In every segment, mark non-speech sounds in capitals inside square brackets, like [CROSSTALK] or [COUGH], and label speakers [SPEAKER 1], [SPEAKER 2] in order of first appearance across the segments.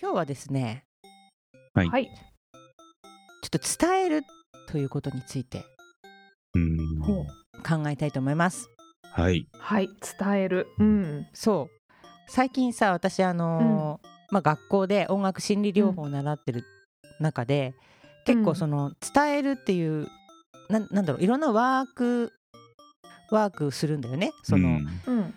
[SPEAKER 1] 今日はですね
[SPEAKER 2] はい
[SPEAKER 3] はい。
[SPEAKER 1] ちょっと伝えるということについて
[SPEAKER 2] うん
[SPEAKER 3] ほう
[SPEAKER 1] 考えたいと思います
[SPEAKER 2] はい。
[SPEAKER 3] はい。伝える。うん。
[SPEAKER 1] そう最近さ私あのーまあ、学校で音楽心理療法を習ってる中で、結
[SPEAKER 3] う
[SPEAKER 1] 構
[SPEAKER 3] ん
[SPEAKER 1] その伝えるっていうなんなんだろういろんなワークワークするんだよねその、
[SPEAKER 2] うん
[SPEAKER 3] うん。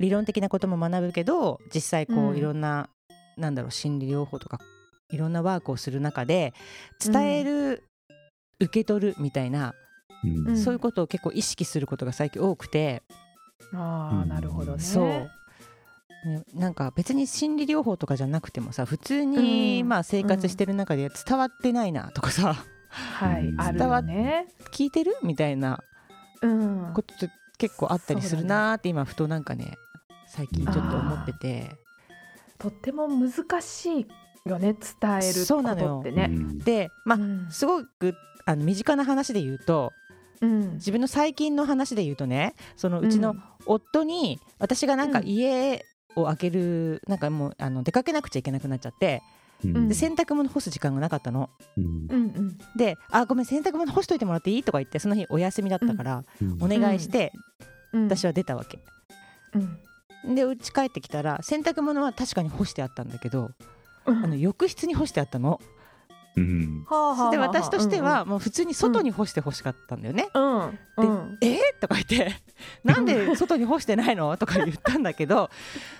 [SPEAKER 1] 理論的なことも学ぶけど実際こう、
[SPEAKER 3] うん
[SPEAKER 1] いろんななんだろう心理療法とかいろんなワークをする中で伝える、受け取るみたいな、
[SPEAKER 2] うん
[SPEAKER 3] うん
[SPEAKER 1] そういうことを結構意識することが最近多くて、
[SPEAKER 3] あ
[SPEAKER 2] う
[SPEAKER 3] あ、
[SPEAKER 2] ん
[SPEAKER 3] なるほどね。
[SPEAKER 1] そう、ねなんか別に心理療法とかじゃなくてもさ普通に
[SPEAKER 3] うん
[SPEAKER 1] まあ生活してる中で伝わってないなとかさ、 [LAUGHS]
[SPEAKER 3] は
[SPEAKER 2] う
[SPEAKER 3] い。
[SPEAKER 2] ん
[SPEAKER 3] あるよね。
[SPEAKER 1] 聞いてるみたいな
[SPEAKER 3] うん。
[SPEAKER 1] ことって結構あったりするなーって今ふとなんかね最近ちょっと思ってて。
[SPEAKER 3] とっても難しいよね。伝える
[SPEAKER 1] そう
[SPEAKER 3] こ
[SPEAKER 1] なのよ
[SPEAKER 3] とってね。
[SPEAKER 1] でまあ
[SPEAKER 3] うん
[SPEAKER 1] すごくあの身近な話で言うと
[SPEAKER 3] うん。
[SPEAKER 1] 自分の最近の話で言うとねそのうちの夫に私がなんか
[SPEAKER 3] うん
[SPEAKER 1] 家を開ける、なんかもうあの出かけなくちゃいけなくなっちゃって
[SPEAKER 3] うん
[SPEAKER 1] で洗濯物干す時間がなかったの
[SPEAKER 2] うん
[SPEAKER 3] うんうん
[SPEAKER 1] で「あごめん洗濯物干しといてもらっていい?」とか言ってその日お休みだったから、
[SPEAKER 2] うん
[SPEAKER 1] お願いして
[SPEAKER 3] うん。
[SPEAKER 1] 私は出たわけ、
[SPEAKER 3] うん。
[SPEAKER 1] でうち帰ってきたら洗濯物は確かに干してあったんだけど
[SPEAKER 3] うん
[SPEAKER 1] あの浴室に干してあったの
[SPEAKER 2] うん
[SPEAKER 3] はあはあはあはあ
[SPEAKER 1] で私としては、もう普通に外に干してほしかったんだよね、
[SPEAKER 3] うんうん、うん
[SPEAKER 1] えーとか言
[SPEAKER 3] [LAUGHS]
[SPEAKER 1] って「なんで外に干してないの?」とか言ったんだけど、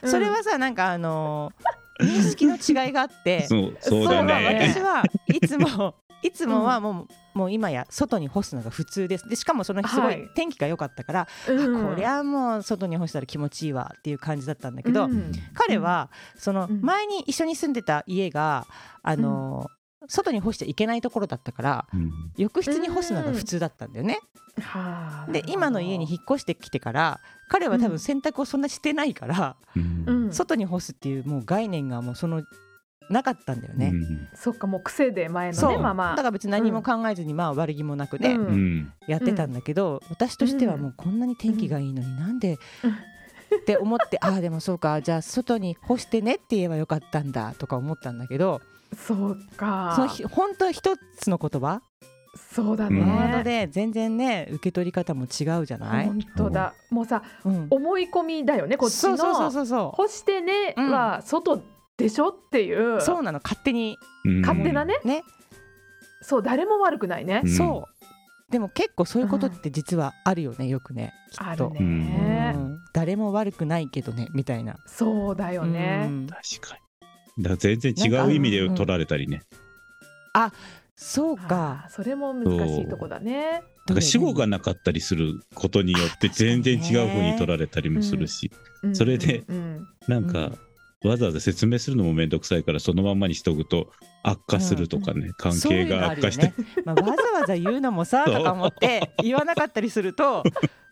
[SPEAKER 3] うん
[SPEAKER 1] それはさなんかあのー認識の違いがあ
[SPEAKER 2] [LAUGHS]
[SPEAKER 1] って
[SPEAKER 2] そう、そうだね。
[SPEAKER 1] そうまあ私はいつ
[SPEAKER 3] [LAUGHS]
[SPEAKER 1] もいつもはもう,、もう今や外に干すのが普通ですでしかもその日すご
[SPEAKER 3] はい
[SPEAKER 1] い天気が良かったから、
[SPEAKER 3] うん、
[SPEAKER 1] こりゃもう外に干したら気持ちいいわっていう感じだったんだけど、
[SPEAKER 2] う
[SPEAKER 3] う
[SPEAKER 2] んん
[SPEAKER 1] 彼はその
[SPEAKER 3] うん
[SPEAKER 1] 前に一緒に住んでた家があのー外に干しちゃいけないところだったから
[SPEAKER 2] うん
[SPEAKER 1] 浴室に干すのが普通だったんだよね。
[SPEAKER 3] はあ
[SPEAKER 1] で今の家に
[SPEAKER 3] っ
[SPEAKER 1] 引っ越してきてから彼は多
[SPEAKER 3] う
[SPEAKER 1] 分
[SPEAKER 3] ん
[SPEAKER 1] 洗濯をそんなしてないから、
[SPEAKER 2] うん
[SPEAKER 3] うん、そ
[SPEAKER 1] 外に干すっていうもう概念がもうそのなかったんだよね。
[SPEAKER 2] うん
[SPEAKER 3] そっかもう癖で前の
[SPEAKER 1] そ
[SPEAKER 3] ね
[SPEAKER 1] う
[SPEAKER 3] まあま
[SPEAKER 1] だ
[SPEAKER 3] あ
[SPEAKER 1] から別に何も考えずに、まあ悪気もなくね、
[SPEAKER 3] うん
[SPEAKER 2] うん
[SPEAKER 1] やってたんだけど、私としてはもうこんなに天気がいいのになんで、
[SPEAKER 3] うん
[SPEAKER 1] って思
[SPEAKER 3] [LAUGHS]
[SPEAKER 1] ってああでもそうかじゃあ外に干してねって言えばよかったんだとか思ったんだけど
[SPEAKER 3] そうか
[SPEAKER 1] そのひ本当一つの言葉
[SPEAKER 3] そうだ
[SPEAKER 2] うん
[SPEAKER 1] ワード
[SPEAKER 3] ね、
[SPEAKER 1] で全然ね受け取り方も違うじゃない、
[SPEAKER 3] 本当だもうさ
[SPEAKER 1] うん、
[SPEAKER 3] 思い込みだよねこっち
[SPEAKER 1] そう
[SPEAKER 3] の
[SPEAKER 1] そうそうそうそ
[SPEAKER 3] 干してねは外でしょっていう、
[SPEAKER 1] うそうなの勝手に
[SPEAKER 2] うん
[SPEAKER 3] 勝手なね、
[SPEAKER 1] ね
[SPEAKER 3] そう誰も悪くないね
[SPEAKER 2] うん、
[SPEAKER 1] そうでも結構そういうことって実はあるよねよくねき
[SPEAKER 3] あ
[SPEAKER 1] っ
[SPEAKER 3] る
[SPEAKER 1] と、
[SPEAKER 3] ね、
[SPEAKER 1] うん誰も悪くないけどねみたいな
[SPEAKER 3] そうだよね、
[SPEAKER 1] うん
[SPEAKER 2] 確かに。だから全然違う意味で取られたりね。
[SPEAKER 1] そうか
[SPEAKER 3] あーそれも難しいとこだね
[SPEAKER 2] だから死後がなかったりすることによって全然違う風に取られたりもするし、
[SPEAKER 3] うん
[SPEAKER 2] それで
[SPEAKER 3] うん
[SPEAKER 2] なんかわざわざ説明するのもめんどくさいからそのまんまにしとくと悪化するとかね、関
[SPEAKER 1] そうい
[SPEAKER 2] 係
[SPEAKER 1] うの
[SPEAKER 2] が
[SPEAKER 1] あ
[SPEAKER 2] 悪
[SPEAKER 1] るよ
[SPEAKER 2] 化して
[SPEAKER 1] ね、まあ、わざわざ言うのもさ
[SPEAKER 2] そう
[SPEAKER 1] とか思って言わなかったりすると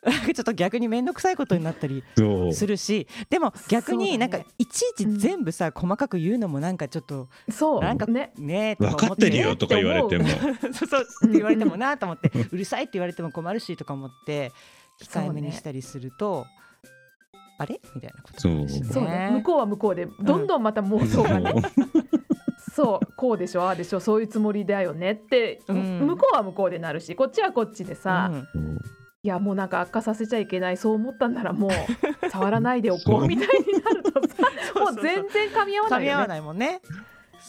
[SPEAKER 1] なんかちょっと逆に面倒くさいことになったり
[SPEAKER 2] そう
[SPEAKER 1] するしでも逆
[SPEAKER 3] そ
[SPEAKER 1] に
[SPEAKER 3] う
[SPEAKER 1] な
[SPEAKER 3] だ
[SPEAKER 1] ん
[SPEAKER 3] ね
[SPEAKER 1] かいちいち全部さ細かく言うのもなんかちょっと
[SPEAKER 3] うんそう
[SPEAKER 1] なんか
[SPEAKER 3] ね
[SPEAKER 1] ねと
[SPEAKER 2] 分か
[SPEAKER 1] 思
[SPEAKER 2] ってるよとか言われても。
[SPEAKER 1] そうそうって言われてもなと思って
[SPEAKER 3] [LAUGHS]
[SPEAKER 1] うるさいって言われても困るしとか思って控えめにしたりすると、あれみたいなことになるし
[SPEAKER 3] そうね向こうは向こうでどんどんまた妄想がね、そうこうでしょああでしょそういうつもりだよねって、
[SPEAKER 1] うん
[SPEAKER 3] 向こうは向こうでなるしこっちはこっちでさ、
[SPEAKER 1] うん
[SPEAKER 2] うん
[SPEAKER 3] いやもうなんか悪化させちゃいけないそう思ったんならも
[SPEAKER 1] [LAUGHS]
[SPEAKER 3] う触らないでおこうみたいになるとさ
[SPEAKER 1] そう
[SPEAKER 3] もう全然噛み合わ
[SPEAKER 1] 噛
[SPEAKER 3] ない
[SPEAKER 1] み合
[SPEAKER 3] よ
[SPEAKER 1] わ
[SPEAKER 3] ね。
[SPEAKER 1] ないもんね。
[SPEAKER 3] う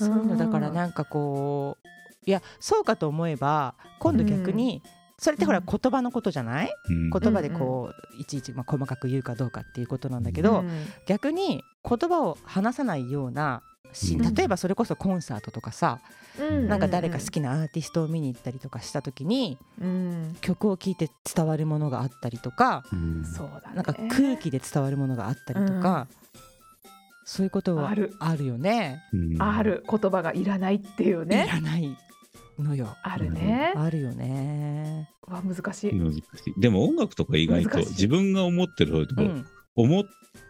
[SPEAKER 1] そ
[SPEAKER 3] ん
[SPEAKER 1] ういうのだからなんかこういやそうかと思えば今度逆に、それってほら
[SPEAKER 3] うん
[SPEAKER 1] 言葉のことじゃない、
[SPEAKER 2] うん
[SPEAKER 1] 言葉でこういちいちまあ細かく言うかどうかっていうことなんだけど、
[SPEAKER 3] うん
[SPEAKER 1] 逆に言葉を話さないようなシーン
[SPEAKER 2] うん
[SPEAKER 1] 例えばそれこそコンサートとかさ、
[SPEAKER 3] う
[SPEAKER 1] なんか誰か好きなアーティストを見に行ったりとかした時に
[SPEAKER 3] うん
[SPEAKER 1] 曲を聴いて伝わるものがあったりとか
[SPEAKER 2] うん
[SPEAKER 3] そうだね
[SPEAKER 1] なんか空気で伝わるものがあったりとか、そういうことは
[SPEAKER 3] ある
[SPEAKER 1] あるよね。
[SPEAKER 2] うん
[SPEAKER 3] ある言葉がいらないっていう
[SPEAKER 1] い
[SPEAKER 3] ね
[SPEAKER 1] らないのよ。
[SPEAKER 3] あるね
[SPEAKER 1] あるよね。
[SPEAKER 3] わ難しい、
[SPEAKER 2] 難しいでも音楽とか意外と
[SPEAKER 3] 難しい
[SPEAKER 2] 自分が思ってるほど、
[SPEAKER 1] うん、
[SPEAKER 2] 思っ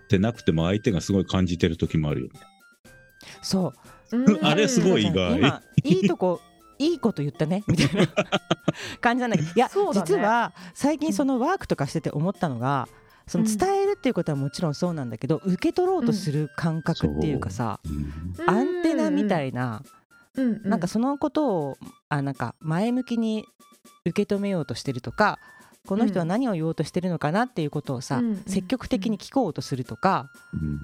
[SPEAKER 2] てなくても相手がすごい感じてる時もあるよね。
[SPEAKER 1] そう。
[SPEAKER 3] うん
[SPEAKER 2] あれすごい意外
[SPEAKER 1] 今いいとこいいこと言ったねみたいな感じなんだけど、いや、
[SPEAKER 3] そうだね
[SPEAKER 1] 実は最近そのワークとかしてて思ったのが、その
[SPEAKER 3] うん
[SPEAKER 1] 伝えるっていうことはもちろんそうなんだけど、受け取ろうとする感覚っていうかさ、
[SPEAKER 2] うん
[SPEAKER 3] うん
[SPEAKER 1] アンテナみたいな、
[SPEAKER 3] うんうん
[SPEAKER 1] なんかそのことをあなんか前向きに受け止めようとしてるとかこの人は何を言おうとしてるのかなっていうことをさ、
[SPEAKER 3] うん
[SPEAKER 1] 積極的に聞こうとするとか、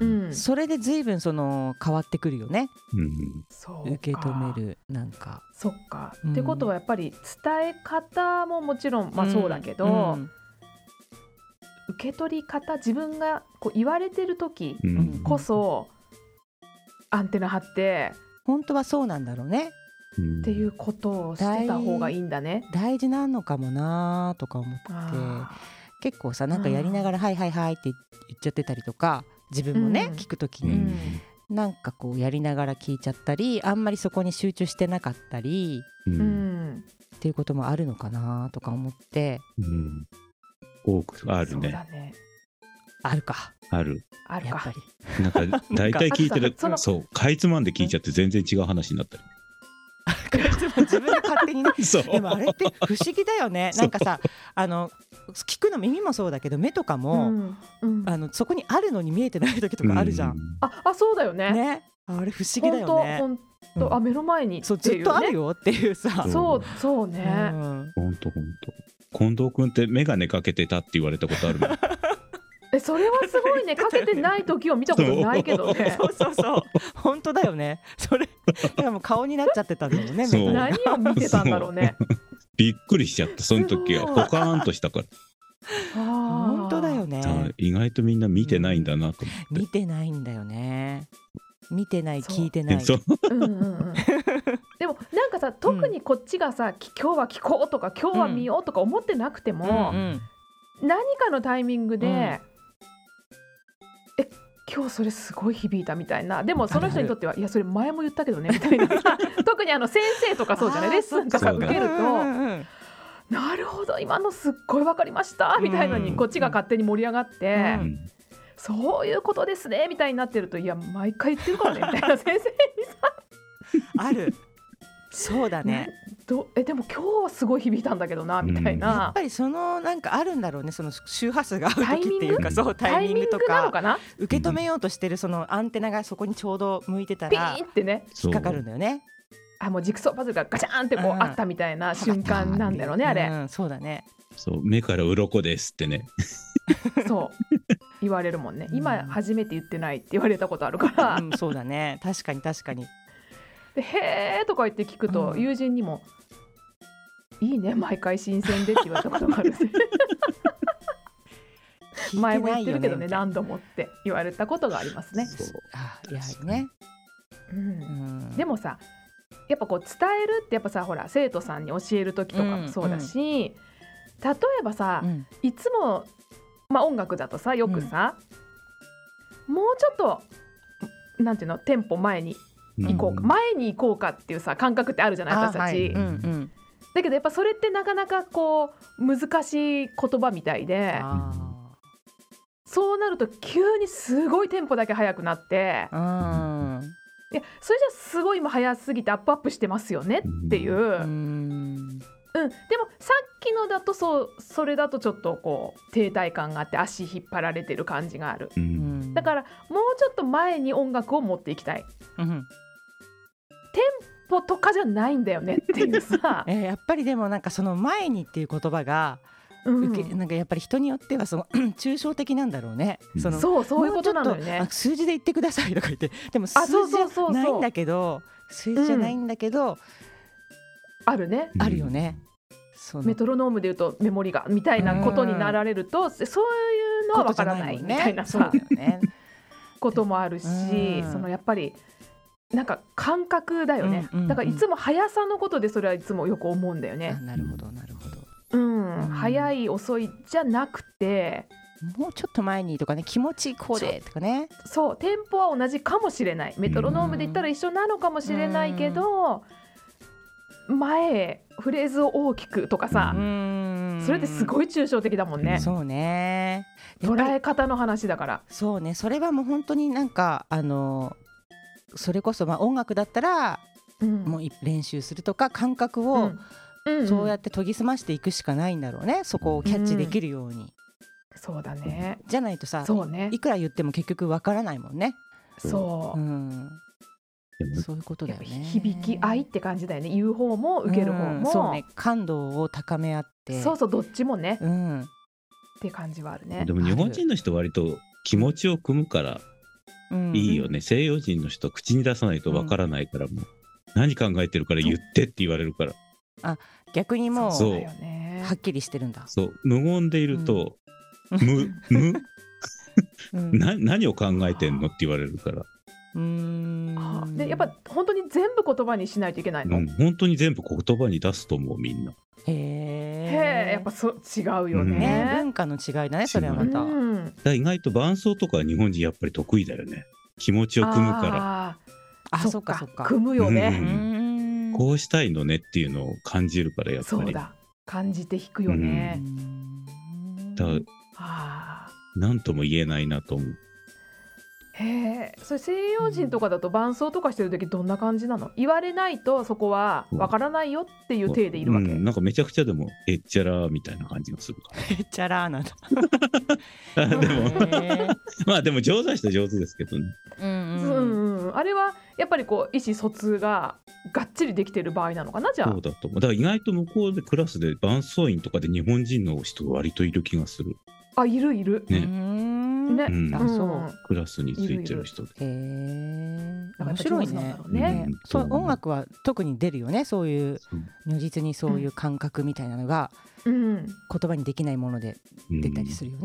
[SPEAKER 2] う
[SPEAKER 3] うんん
[SPEAKER 1] それで随分その変わってくるよね
[SPEAKER 2] うん
[SPEAKER 3] そうか
[SPEAKER 1] 受け止めるなんか。
[SPEAKER 3] そっか、
[SPEAKER 1] うん
[SPEAKER 3] ってことはやっぱり伝え方ももちろんまあそうだけど、
[SPEAKER 1] うん
[SPEAKER 3] 受け取り方自分がこう言われてる時
[SPEAKER 2] うん
[SPEAKER 3] こそ、アンテナ張って
[SPEAKER 1] 本当はそうなんだろうね
[SPEAKER 2] うん
[SPEAKER 3] っていうことをしてた方がいいんだね。
[SPEAKER 1] 大事なのかもなーとか思って
[SPEAKER 3] あ
[SPEAKER 1] 結構さなんかやりながら「はいはいはい」って言っちゃってたりとか自分もね、
[SPEAKER 3] うん
[SPEAKER 1] 聞く時
[SPEAKER 2] う
[SPEAKER 1] に、
[SPEAKER 2] ん
[SPEAKER 1] なんかこうやりながら聞いちゃったりあんまりそこに集中してなかったり
[SPEAKER 2] う
[SPEAKER 3] ーうんん、
[SPEAKER 1] っていうこともあるのかなとか思って
[SPEAKER 2] うん多くある
[SPEAKER 3] そう
[SPEAKER 2] ね
[SPEAKER 3] だね。
[SPEAKER 1] あるか
[SPEAKER 2] ある
[SPEAKER 3] ある
[SPEAKER 1] やっぱ
[SPEAKER 3] か
[SPEAKER 1] り。
[SPEAKER 2] なんか大体聞いてる
[SPEAKER 3] その
[SPEAKER 2] そうかいつまんで聞いちゃって全然違う話になったり
[SPEAKER 1] [LAUGHS] 自分で勝手にね
[SPEAKER 2] そう
[SPEAKER 1] [LAUGHS] でもあれって不思議だよねなんかさあの聞くの耳もそうだけど目とかも、
[SPEAKER 3] うんうん
[SPEAKER 1] あのそこにあるのに見えてない時とかあるじゃん。
[SPEAKER 3] ああそうだよね。
[SPEAKER 1] ねあれ不思議だ
[SPEAKER 3] 本当
[SPEAKER 1] よね。
[SPEAKER 3] 本当あ目の前に
[SPEAKER 1] そう
[SPEAKER 3] って
[SPEAKER 1] ず
[SPEAKER 3] い
[SPEAKER 1] っとある
[SPEAKER 3] ね。
[SPEAKER 1] よっていうさ。
[SPEAKER 3] そうそう
[SPEAKER 1] う
[SPEAKER 3] ね。
[SPEAKER 1] ん
[SPEAKER 2] 本当本当近藤君って眼鏡かけてたって言われたことあるもん
[SPEAKER 3] えそれはすごいねかけてない時を見たことないけどね
[SPEAKER 1] [LAUGHS] そ。うそうそう本当だよねそれだからもう顔になっちゃってたんだよね
[SPEAKER 2] そう
[SPEAKER 1] 目がね
[SPEAKER 3] 何を見てたんだろうね。
[SPEAKER 2] [LAUGHS] びっくりしちゃったその時は
[SPEAKER 3] すごい
[SPEAKER 2] ポカーンとしたから
[SPEAKER 1] 本
[SPEAKER 3] 本
[SPEAKER 1] 当だよ
[SPEAKER 2] さ
[SPEAKER 1] ね
[SPEAKER 2] 意外とみんな見てないんだなと思って、
[SPEAKER 1] 見てないんだよね見てない
[SPEAKER 3] そう
[SPEAKER 1] 聞いてない
[SPEAKER 2] そう
[SPEAKER 3] うんうんうんでもなんかさ特にこっちがさ、き今日は聞こうとか今日は見ようとか思ってなくても、
[SPEAKER 1] うん
[SPEAKER 3] 何かのタイミングで、
[SPEAKER 1] うん
[SPEAKER 3] え今日それすごい響いたみたいなでもその人にとってはいやそれ前も言ったけどねみた
[SPEAKER 1] [LAUGHS]
[SPEAKER 3] いな特にあの先生とかそうじゃない
[SPEAKER 1] あー
[SPEAKER 3] レッスンと
[SPEAKER 2] そ
[SPEAKER 3] か
[SPEAKER 2] っか
[SPEAKER 3] 受けると、
[SPEAKER 1] うんうんうん
[SPEAKER 3] なるほど今のすっごい分かりましたみたいなの
[SPEAKER 1] う
[SPEAKER 3] に
[SPEAKER 1] ん
[SPEAKER 3] こっちが勝手に盛り上がって、
[SPEAKER 1] うん
[SPEAKER 2] うん
[SPEAKER 3] そういうことですねみたいになってるといや毎回言ってるから
[SPEAKER 1] [LAUGHS]
[SPEAKER 3] ねみたいな先生
[SPEAKER 1] あるそうだね
[SPEAKER 3] どえでも今日はすごい響いたんだけどなみたい
[SPEAKER 2] うん
[SPEAKER 1] やっ
[SPEAKER 3] な、
[SPEAKER 1] ぱりそのなんかあるんだろうねその周波数が合う
[SPEAKER 3] タイ
[SPEAKER 1] 時
[SPEAKER 3] ミ
[SPEAKER 1] っ
[SPEAKER 3] ン
[SPEAKER 1] て
[SPEAKER 3] グ
[SPEAKER 1] いうかそうタ
[SPEAKER 3] タ
[SPEAKER 1] イ
[SPEAKER 3] イ
[SPEAKER 1] ミ
[SPEAKER 3] ミ
[SPEAKER 1] ン
[SPEAKER 3] ン
[SPEAKER 1] グ
[SPEAKER 3] グ
[SPEAKER 1] と
[SPEAKER 3] なの
[SPEAKER 1] か
[SPEAKER 3] かな
[SPEAKER 1] 受け止めようとしてるそのアンテナがそこにちょうど向いてた
[SPEAKER 3] ピ
[SPEAKER 1] ら
[SPEAKER 3] ーンってね
[SPEAKER 1] 引っかかるんだよね
[SPEAKER 3] あもうジグソーパズルがガチャーンってこう
[SPEAKER 1] うん
[SPEAKER 3] あったみたいな瞬間なんだろうねあれ、
[SPEAKER 1] うんそうだね
[SPEAKER 2] そうそう目から鱗ですってね
[SPEAKER 3] そう言われるもんね今
[SPEAKER 1] うん
[SPEAKER 3] 初めて言ってないって言われたことあるか
[SPEAKER 1] う
[SPEAKER 3] ら
[SPEAKER 1] んそうだね確かに確かに
[SPEAKER 3] でへーとか言って聞くと
[SPEAKER 1] うん
[SPEAKER 3] 友人にも「いいね毎回新鮮で」って言われたことがある
[SPEAKER 1] 聞いて
[SPEAKER 3] 前も
[SPEAKER 1] な
[SPEAKER 3] 言
[SPEAKER 1] い
[SPEAKER 3] って
[SPEAKER 1] よ
[SPEAKER 3] るけどね
[SPEAKER 1] みたいな
[SPEAKER 3] 何度もって言われたことがありますね、
[SPEAKER 2] そう
[SPEAKER 1] あやはりね
[SPEAKER 3] うん
[SPEAKER 1] うん
[SPEAKER 3] でもさやっぱこう伝えるってやっぱさほら生徒さんに教える時とかもそうだし、例えばさ、
[SPEAKER 1] うん
[SPEAKER 3] いつも、まあ、音楽だとさよくさ、もうちょっとなんていうのテンポ前に行こうか、
[SPEAKER 2] ん
[SPEAKER 3] 前に行こうかっていうさ感覚ってあるじゃない
[SPEAKER 1] あ
[SPEAKER 3] 私たち、
[SPEAKER 1] はいうんうん
[SPEAKER 3] だけどやっぱそれってなかなかこう難しい言葉みたいで
[SPEAKER 1] あ
[SPEAKER 3] そうなると急にすごいテンポだけ速くなって
[SPEAKER 1] ー
[SPEAKER 3] いやそれじゃすごい今速すぎてアップアップしてますよねっていう。
[SPEAKER 1] うんうん
[SPEAKER 3] うん、でもさっきのだとそうそれだとちょっとこう停滞感があって足引っ張られてる感じがある
[SPEAKER 2] う
[SPEAKER 1] うんん
[SPEAKER 3] だからもうちょっと前に音楽を持っていきたい
[SPEAKER 1] うん、
[SPEAKER 3] ポとかじゃないんだよねっていうさ
[SPEAKER 1] [LAUGHS] えーやっぱりでもなんかその前にっていう言葉が
[SPEAKER 3] うん
[SPEAKER 1] 受け、なんかやっぱり人によってはその [CLEARS THROAT] 抽象的なんだろうね。
[SPEAKER 2] うん
[SPEAKER 1] その
[SPEAKER 3] そうそういうことなのよ
[SPEAKER 1] もうちょっ
[SPEAKER 3] ね
[SPEAKER 1] とあ数字で言ってくださいとか言ってでも数
[SPEAKER 3] あそう
[SPEAKER 1] 字じ
[SPEAKER 3] そうそうそ
[SPEAKER 1] ゃな
[SPEAKER 3] う
[SPEAKER 1] いんだけど数字じゃないんだけど、
[SPEAKER 3] あるね
[SPEAKER 1] あるよね。そ
[SPEAKER 3] メトロノームで言うとメモリがみたいなことになられると、そういうのはわからない
[SPEAKER 1] こと
[SPEAKER 3] み
[SPEAKER 1] じゃ
[SPEAKER 3] た
[SPEAKER 1] も
[SPEAKER 3] い
[SPEAKER 1] んね
[SPEAKER 3] な
[SPEAKER 1] そう
[SPEAKER 3] さ
[SPEAKER 1] だよ
[SPEAKER 2] [LAUGHS]
[SPEAKER 1] ね。
[SPEAKER 3] こともあるし、
[SPEAKER 1] うん
[SPEAKER 3] そのやっぱりなんか感覚だよね、
[SPEAKER 1] うんうんうん
[SPEAKER 3] だからいつも速さのことでそれはいつもよく思うんだよね
[SPEAKER 1] あ。なるほどなるほど。
[SPEAKER 3] うん、
[SPEAKER 1] うん
[SPEAKER 3] 早い遅いじゃなくて
[SPEAKER 1] もうちょっと前にとかね気持ちこうでとかね。
[SPEAKER 3] そうテンポは同じかもしれないメトロノームで言ったら一緒なのかもしれないけど、前へフレーズを大きくとかさ、
[SPEAKER 1] ん
[SPEAKER 3] それってす
[SPEAKER 1] い
[SPEAKER 3] ごい抽象的だもんね、
[SPEAKER 1] そうね。やっぱり
[SPEAKER 3] 捉え方の話だから。
[SPEAKER 1] そうねそれはもう本当になんかあのそれこそまあ音楽だったら
[SPEAKER 3] うん
[SPEAKER 1] もうい練習するとか感覚
[SPEAKER 3] う
[SPEAKER 1] を
[SPEAKER 3] んうん
[SPEAKER 1] そうやって研ぎ澄ましていくしかないんだろうね、そこをキャッチできるように。
[SPEAKER 3] そうだね
[SPEAKER 1] じゃないとさ、
[SPEAKER 3] そうね
[SPEAKER 1] いくら言っても結局わからないもんね。
[SPEAKER 3] そうう、
[SPEAKER 1] ん、
[SPEAKER 2] でも
[SPEAKER 1] そういうことだ
[SPEAKER 3] やっ
[SPEAKER 1] よ
[SPEAKER 3] ぱ
[SPEAKER 1] ね。
[SPEAKER 3] 響き合いって感じだよね言う方も受ける方も、
[SPEAKER 1] うんそうね感動を高め合って
[SPEAKER 3] そうそうどっちもね、
[SPEAKER 1] うん、
[SPEAKER 3] って感じはあるね
[SPEAKER 2] でも日本人の人割と気持ちを組むから
[SPEAKER 1] うん
[SPEAKER 2] いいよね、西洋人の人は口に出さないとわからないからもう、何考えてるから言ってって言われるから
[SPEAKER 1] 逆にも
[SPEAKER 2] そうう
[SPEAKER 3] だよね
[SPEAKER 1] はっきりしてるんだ、
[SPEAKER 2] そう無言でいると、
[SPEAKER 1] うん
[SPEAKER 2] 無無
[SPEAKER 1] うん、
[SPEAKER 2] な何を考えてんのって言われるから、
[SPEAKER 1] う
[SPEAKER 3] あ
[SPEAKER 1] ん
[SPEAKER 3] でやっぱ本当に全部言葉にしないといけないの、
[SPEAKER 2] うん、本当に全部言葉に出すと思うみんな
[SPEAKER 1] へ
[SPEAKER 3] へえ
[SPEAKER 1] え
[SPEAKER 3] やっぱそ違うよ
[SPEAKER 1] ね
[SPEAKER 3] ね、
[SPEAKER 1] 文化の違いだねそれはまた、
[SPEAKER 3] うん
[SPEAKER 2] だから意外と伴奏とかは日本人やっぱり得意だよね気持ちを組むから
[SPEAKER 3] あ
[SPEAKER 1] あ
[SPEAKER 3] ー
[SPEAKER 1] そっかそっか
[SPEAKER 3] 組むよ
[SPEAKER 1] う
[SPEAKER 2] う
[SPEAKER 1] ー
[SPEAKER 3] ね、
[SPEAKER 1] ん
[SPEAKER 2] こうしたいのねっていうのを感じるからやっぱ
[SPEAKER 3] そ
[SPEAKER 2] り
[SPEAKER 3] うだ感じて弾くよ
[SPEAKER 1] う
[SPEAKER 3] ね、
[SPEAKER 1] ん
[SPEAKER 2] だから
[SPEAKER 3] あ
[SPEAKER 2] 何とも言えないなと思う
[SPEAKER 3] ーへえそれ西洋人とかだと伴奏とかしてる時どんな感じなの言われないとそこはわからないよっていう体でいるわけ、
[SPEAKER 2] うん、なんかめちゃくちゃでもへっちゃらーみたいな感じがするか
[SPEAKER 1] へっちゃらーなんだへ
[SPEAKER 2] らでも
[SPEAKER 1] ー
[SPEAKER 2] [LAUGHS] まあでも上手な人は上手ですけどね
[SPEAKER 1] うん
[SPEAKER 3] う
[SPEAKER 1] うん
[SPEAKER 3] んうんあれはやっぱりこう意思疎通ががっちりできてる場合なのかなじゃあ
[SPEAKER 2] そうだと思うだから意外と向こうでクラスで伴奏員とかで日本人の人が割といる気がする、
[SPEAKER 3] あいるいる、
[SPEAKER 1] う
[SPEAKER 2] ね
[SPEAKER 1] ん
[SPEAKER 3] ね
[SPEAKER 2] うん
[SPEAKER 1] あそう
[SPEAKER 2] クラスについてる人で
[SPEAKER 1] へえ
[SPEAKER 3] だからや
[SPEAKER 1] 面
[SPEAKER 3] っぱ
[SPEAKER 1] 白
[SPEAKER 3] 上
[SPEAKER 1] い
[SPEAKER 3] 手なんだ
[SPEAKER 1] ね
[SPEAKER 3] ろうね
[SPEAKER 1] ね
[SPEAKER 2] うん
[SPEAKER 1] そう
[SPEAKER 2] そう
[SPEAKER 1] 音楽は特に出るよねそういう
[SPEAKER 2] そう
[SPEAKER 1] 如実にそういう感覚みたいなのが
[SPEAKER 3] うん
[SPEAKER 1] 言葉にできないもので
[SPEAKER 2] うん
[SPEAKER 1] 出たりするよね、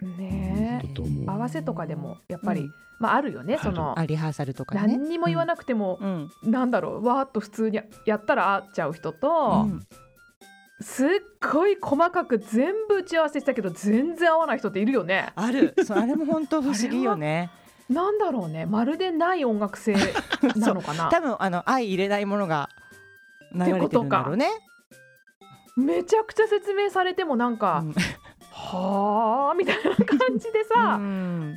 [SPEAKER 3] ね
[SPEAKER 2] うんだと思う
[SPEAKER 3] 合わせとかでもやっぱり、
[SPEAKER 1] うん
[SPEAKER 3] まああるよね
[SPEAKER 2] ある
[SPEAKER 3] その
[SPEAKER 1] あリハーサルとかね
[SPEAKER 3] 何にも言わなくても、
[SPEAKER 1] うん
[SPEAKER 3] なんだろうわーっと普通にやったら会っちゃう人と、
[SPEAKER 1] うん
[SPEAKER 3] すっごい細かく全部打ち合わせしたけど全然合わない人っているよね
[SPEAKER 1] あるそうあれも本当不思議よ
[SPEAKER 3] [LAUGHS]
[SPEAKER 1] ね
[SPEAKER 3] なんだろうねまるでない音楽性なの
[SPEAKER 1] [LAUGHS]
[SPEAKER 3] か [LAUGHS] な
[SPEAKER 1] 多分あの相入れないものが流れてるんだろうね
[SPEAKER 3] めちゃくちゃ説明されてもなんか、
[SPEAKER 1] うん
[SPEAKER 3] はあみたいな感じでさ、
[SPEAKER 1] うん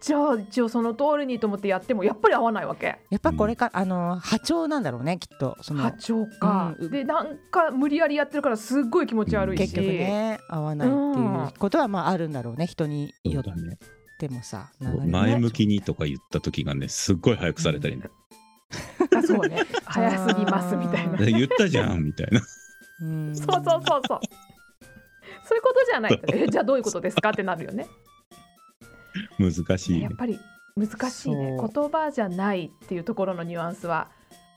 [SPEAKER 3] じゃあ一応その通りにと思ってやってもやっぱり合わないわけ
[SPEAKER 1] やっぱこれか、あの波長なんだろうねきっとそ
[SPEAKER 3] 波
[SPEAKER 1] の
[SPEAKER 3] 長か、
[SPEAKER 1] うん
[SPEAKER 3] でなんか無理やりやってるからすっごい気持ち悪いし
[SPEAKER 1] 結局ね合わないっていうことはまああるんだろうね人に
[SPEAKER 2] そ
[SPEAKER 1] よ
[SPEAKER 2] う
[SPEAKER 1] っ
[SPEAKER 2] だね
[SPEAKER 1] てもさ
[SPEAKER 2] そう
[SPEAKER 1] 流れ
[SPEAKER 2] 前向きにとか言った時がねすっごい早くされたりね、
[SPEAKER 3] あそう
[SPEAKER 1] [LAUGHS]
[SPEAKER 3] ね早すぎますみたいな
[SPEAKER 1] う
[SPEAKER 2] [LAUGHS] 言ったじゃんみたいな
[SPEAKER 1] うん
[SPEAKER 3] そうそうそうそうそういうことじゃないとえじゃあどういうことですかってなるよ
[SPEAKER 1] [LAUGHS]
[SPEAKER 3] ね
[SPEAKER 2] 難しい
[SPEAKER 3] や
[SPEAKER 2] ね
[SPEAKER 3] っぱり難しいね
[SPEAKER 1] そう
[SPEAKER 3] 言葉じゃないっていうところのニュアンスは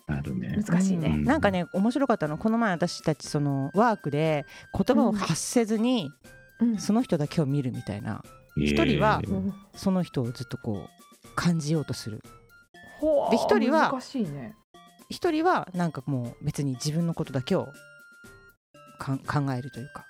[SPEAKER 2] あるね
[SPEAKER 3] 難しい
[SPEAKER 1] うん
[SPEAKER 3] ね、
[SPEAKER 1] なんかね面白かったのこの前私たちそのワークで言葉を発せずに、
[SPEAKER 3] うん
[SPEAKER 1] その人だけを見るみたいな一人は
[SPEAKER 3] うん
[SPEAKER 1] その人をずっとこう感じようとする
[SPEAKER 3] ほう
[SPEAKER 1] で一人は
[SPEAKER 3] 難しいね
[SPEAKER 1] 一人はなんかもう別に自分のことだけをかん考えるというか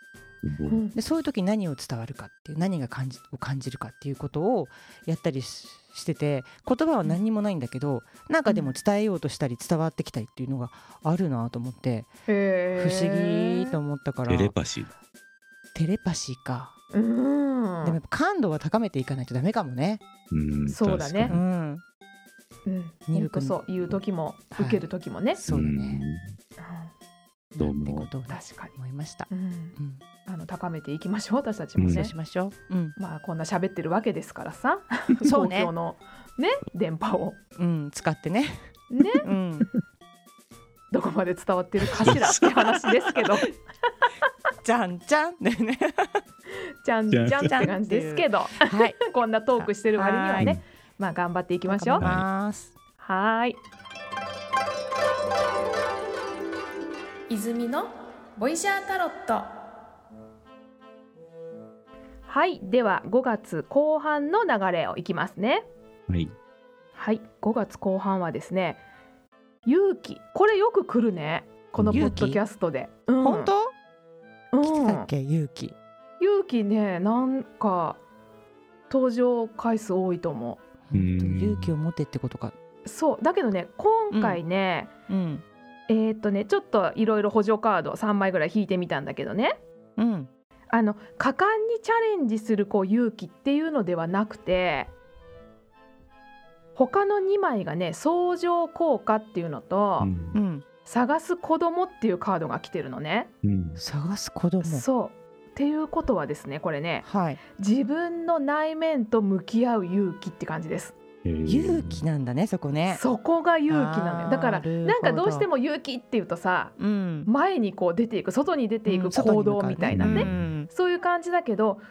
[SPEAKER 2] うん
[SPEAKER 1] でそういう時何を伝わるかっていう何が感じを感じるかっていうことをやったりししてて言葉は何にもないんだけどなんかでも伝えようとしたり伝わってきたりっていうのがあるなと思って不
[SPEAKER 3] 不
[SPEAKER 1] 思議と思ったから
[SPEAKER 2] テレパシー
[SPEAKER 1] テレパシーか。
[SPEAKER 3] うん
[SPEAKER 1] でもやっぱ感度は高めていかないとダメかもね。
[SPEAKER 2] うん
[SPEAKER 3] そうだね
[SPEAKER 1] う
[SPEAKER 2] 確かに
[SPEAKER 1] ん、
[SPEAKER 3] うん、
[SPEAKER 1] ミ
[SPEAKER 3] ほ
[SPEAKER 1] ルク
[SPEAKER 3] んと
[SPEAKER 1] の
[SPEAKER 3] そう言う時も受ける時もね、
[SPEAKER 1] そうだね。
[SPEAKER 2] うんどう
[SPEAKER 1] って
[SPEAKER 2] も
[SPEAKER 1] ことを
[SPEAKER 3] うん確かに、
[SPEAKER 1] 思いました。
[SPEAKER 3] うん、
[SPEAKER 1] うん、
[SPEAKER 3] あの高めていきましょう私たちも
[SPEAKER 1] そ
[SPEAKER 3] ね
[SPEAKER 1] う、しましょう。うん、
[SPEAKER 3] まあこんな喋ってるわけですからさ
[SPEAKER 1] [LAUGHS] そう
[SPEAKER 3] 公
[SPEAKER 1] ね
[SPEAKER 3] 共のね電波を
[SPEAKER 1] うん、使ってね。
[SPEAKER 3] ね
[SPEAKER 1] うん、
[SPEAKER 3] どこまで伝わってるかしらって話で
[SPEAKER 1] [LAUGHS]
[SPEAKER 3] すけど
[SPEAKER 1] じゃんじゃんでね。
[SPEAKER 3] じゃんじゃんって感じですけど
[SPEAKER 1] はい、
[SPEAKER 3] こんなトークしてる割には
[SPEAKER 2] は
[SPEAKER 3] ねまあ頑張っていきましょ
[SPEAKER 1] 頑
[SPEAKER 3] う
[SPEAKER 1] 張ります。
[SPEAKER 3] はーい
[SPEAKER 4] 泉のボイジャータロット
[SPEAKER 3] はいでは5月後半の流れをいきますね
[SPEAKER 2] はい
[SPEAKER 3] はい5月後半はですね勇気これよく来るねこのポッドキャストで、うん
[SPEAKER 1] 本当、
[SPEAKER 3] うん
[SPEAKER 1] 来てたっけ、勇気。
[SPEAKER 3] 勇気ねなんか登場回数多いと思
[SPEAKER 2] う
[SPEAKER 1] 本
[SPEAKER 2] ん
[SPEAKER 1] 当勇気を持てってことか。
[SPEAKER 3] うそうだけどね今回ね、
[SPEAKER 1] うん、
[SPEAKER 3] えーっとねちょっといろいろ補助カード3枚ぐらい引いてみたんだけどね
[SPEAKER 1] うん、
[SPEAKER 3] あの果敢にチャレンジするこう勇気っていうのではなくて他の2枚がね相乗効果っていうのと、
[SPEAKER 2] うん
[SPEAKER 1] うん、
[SPEAKER 3] 探す子供っていうカードが来てるのね。
[SPEAKER 2] うん
[SPEAKER 1] 探す子供。
[SPEAKER 3] そうっていうことはですねこれね
[SPEAKER 1] はい、
[SPEAKER 3] 自分の内面と向き合う勇気って感じです
[SPEAKER 2] えー
[SPEAKER 1] 勇気なんだねそこね。
[SPEAKER 3] そこが勇気なの
[SPEAKER 1] あー
[SPEAKER 3] よだか
[SPEAKER 1] な
[SPEAKER 3] ら
[SPEAKER 1] るほど
[SPEAKER 3] なんかどうしても勇気っていうとさ
[SPEAKER 1] うん、
[SPEAKER 3] 前にこう出ていく外に出て
[SPEAKER 1] う
[SPEAKER 3] い
[SPEAKER 1] ん
[SPEAKER 3] く
[SPEAKER 1] 外に
[SPEAKER 3] 行
[SPEAKER 1] 向かう
[SPEAKER 3] 動みたいな
[SPEAKER 2] う
[SPEAKER 3] ね
[SPEAKER 1] ん
[SPEAKER 3] そういう感じだけど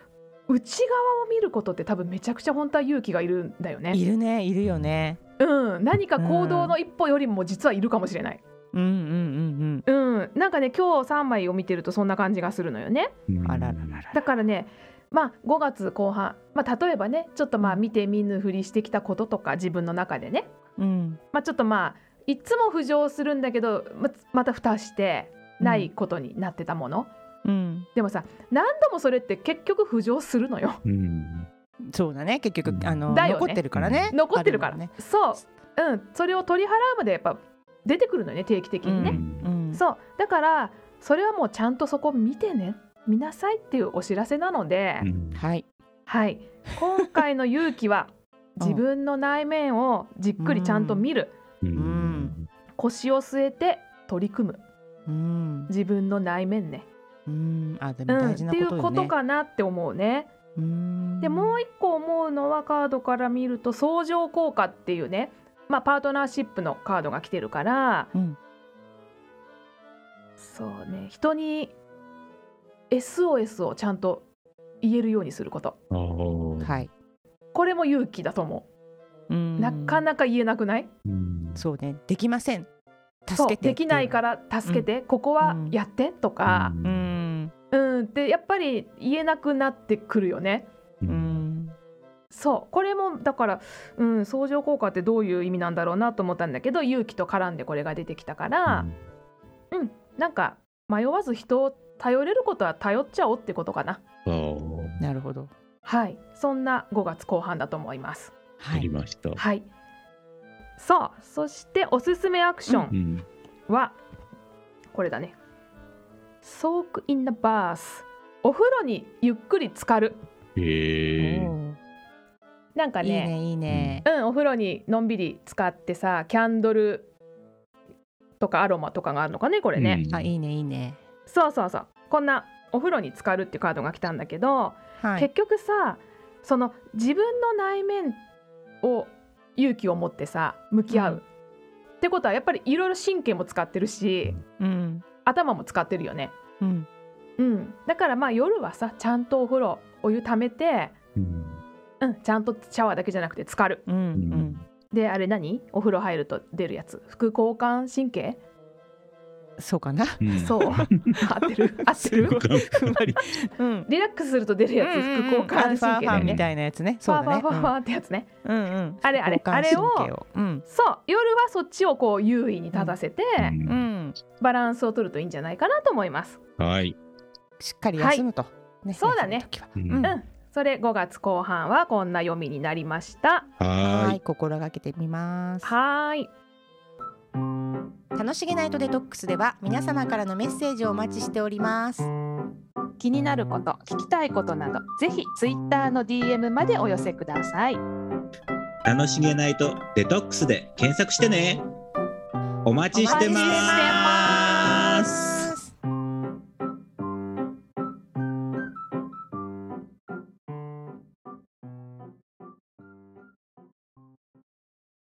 [SPEAKER 3] 内側を見ることって多分めちゃくちゃ本当は勇気がいるんだよ
[SPEAKER 1] い
[SPEAKER 3] ね。
[SPEAKER 1] るねいるよね。
[SPEAKER 3] うん、何か行動の一歩よりも実はいるかもしれない。
[SPEAKER 1] うんうんうん
[SPEAKER 3] うん、なんかね今日3枚を見てるとそんな感じがするのよね。
[SPEAKER 1] うん。あらららら。
[SPEAKER 3] だからねまあ5月後半、まあ、例えばねちょっとまあ見て見ぬふりしてきたこととか自分の中でね、
[SPEAKER 1] うん
[SPEAKER 3] まあ、ちょっとまあいつも浮上するんだけどままた蓋してないことになってたもの、
[SPEAKER 1] うん。
[SPEAKER 3] でもさ何度もそれって結局浮上する
[SPEAKER 1] [LAUGHS]
[SPEAKER 3] のよ
[SPEAKER 2] うん
[SPEAKER 1] そうだね結局
[SPEAKER 2] うん
[SPEAKER 1] あの、
[SPEAKER 3] だよね
[SPEAKER 1] 残ってるからね。
[SPEAKER 3] 残ってるか
[SPEAKER 1] あ
[SPEAKER 3] ら
[SPEAKER 1] もんね。
[SPEAKER 3] そう、うん、それを取り払うまでやっぱ出てくるのよね定期的にね、
[SPEAKER 1] うん。
[SPEAKER 3] そうだからそれはもうちゃんとそこ見てね見なさいっていうお知らせなので、
[SPEAKER 2] うん
[SPEAKER 1] はい。
[SPEAKER 3] はい今回の勇気は
[SPEAKER 1] [LAUGHS] うん
[SPEAKER 3] 自分の内面をじっくりちゃんと見る、
[SPEAKER 2] うん
[SPEAKER 1] ん
[SPEAKER 3] 腰を据えて取り組む
[SPEAKER 1] うん
[SPEAKER 3] 自分の内面ね
[SPEAKER 1] うんあで
[SPEAKER 3] う
[SPEAKER 1] も
[SPEAKER 3] ん、
[SPEAKER 1] 大
[SPEAKER 3] って
[SPEAKER 1] 事ないこ
[SPEAKER 3] う
[SPEAKER 1] と
[SPEAKER 3] こ
[SPEAKER 1] よね。
[SPEAKER 3] とかなって思うね。
[SPEAKER 1] うん。
[SPEAKER 3] でもう一個思うのはカードから見ると相乗効果っていうね、まあ、パートナーシップのカードが来てるから
[SPEAKER 1] うん
[SPEAKER 3] そうね人に SOS をちゃんと言えるようにすること
[SPEAKER 2] あー
[SPEAKER 1] はい。
[SPEAKER 3] これも勇気だと思うなか
[SPEAKER 1] か
[SPEAKER 3] なか言えなくない
[SPEAKER 2] うん
[SPEAKER 1] そうねできません。
[SPEAKER 3] そ
[SPEAKER 1] 助
[SPEAKER 3] う
[SPEAKER 1] けて。
[SPEAKER 3] できないからら助けて、ここはやってとか、
[SPEAKER 2] う
[SPEAKER 1] うんん
[SPEAKER 3] うん、ってやっぱり言えなくなってくるよね。
[SPEAKER 1] うん
[SPEAKER 3] そうこれもだから、うん、相乗効果ってどういう意味なんだろうなと思ったんだけど勇気と絡んでこれが出てきたから、なんか迷わず人を頼れることは頼っちゃおうってことかな
[SPEAKER 2] あーわ
[SPEAKER 1] なるほど。
[SPEAKER 3] はいそんな5月後半だと思います
[SPEAKER 1] は
[SPEAKER 2] かり
[SPEAKER 1] い。
[SPEAKER 2] ました。
[SPEAKER 3] はいさあそしておすすめアクショ
[SPEAKER 2] う
[SPEAKER 3] ン
[SPEAKER 2] ん
[SPEAKER 3] は、これだね「ソーク・イン・ダ・バース」お風呂にゆっくり浸かる
[SPEAKER 2] へー
[SPEAKER 1] おー
[SPEAKER 3] なんか
[SPEAKER 1] いい
[SPEAKER 3] ね
[SPEAKER 1] ねいいね。
[SPEAKER 3] うん、お風呂にのんびり使ってさキャンドルとかアロマとかがあるのかねこれね、
[SPEAKER 2] うん
[SPEAKER 1] あいいねいいね。
[SPEAKER 3] そうそうそうこんなお風呂に浸かるっていうカードが来たんだけど、
[SPEAKER 1] はい。
[SPEAKER 3] 結局さその自分の内面を勇気を持ってさ向き合う、
[SPEAKER 1] うん
[SPEAKER 3] ってことはやっぱりいろいろ神経も使ってるし
[SPEAKER 1] うん
[SPEAKER 3] 頭も使ってるよね、
[SPEAKER 1] うん
[SPEAKER 3] うん、だからまあ夜はさちゃんとお風呂お湯ためて、
[SPEAKER 2] うん
[SPEAKER 3] うん、ちゃんとシャワーだけじゃなくて浸かる
[SPEAKER 1] うんうん。
[SPEAKER 3] であれ何お風呂入ると出るやつ副交感神経
[SPEAKER 1] そうかな。
[SPEAKER 2] うん
[SPEAKER 3] そ
[SPEAKER 1] [LAUGHS]
[SPEAKER 3] う合ってる合ってる
[SPEAKER 2] 副交感
[SPEAKER 1] ふん [LAUGHS] わり。うん。
[SPEAKER 3] リラックスすると出るやつ副交感神経だ
[SPEAKER 1] アルファ
[SPEAKER 3] よ
[SPEAKER 1] ファ
[SPEAKER 3] ね
[SPEAKER 1] みたいなやつね。
[SPEAKER 3] フ
[SPEAKER 1] そう
[SPEAKER 3] ァ
[SPEAKER 1] だ
[SPEAKER 3] ーファ
[SPEAKER 1] ね
[SPEAKER 3] ー。ファーファーってやつね
[SPEAKER 1] うんうんうん。
[SPEAKER 3] あれあれ
[SPEAKER 1] 交感神
[SPEAKER 3] あれ
[SPEAKER 1] 経を。うん
[SPEAKER 3] そう夜はそっちをこう優位に立たせて
[SPEAKER 2] うん
[SPEAKER 1] うん。
[SPEAKER 3] バランスを取るといいんじゃないかなと思います
[SPEAKER 2] はい。
[SPEAKER 1] しっかり休むと。ね
[SPEAKER 3] そうだね。
[SPEAKER 1] 休む時は
[SPEAKER 2] うん
[SPEAKER 1] うん
[SPEAKER 3] うんそれ5月後半はこんな読みになりました
[SPEAKER 1] は、
[SPEAKER 2] はいい。
[SPEAKER 1] 心がけてみます。
[SPEAKER 3] はーい
[SPEAKER 5] 楽しげナイトデトックスでは皆様からのメッセージをお待ちしております
[SPEAKER 6] 気になること聞きたいことなどぜひツイッターの DM までお寄せください
[SPEAKER 2] 楽しげないとデトックスで検索してね。お待ちしてま
[SPEAKER 5] お待ちして
[SPEAKER 2] ーす。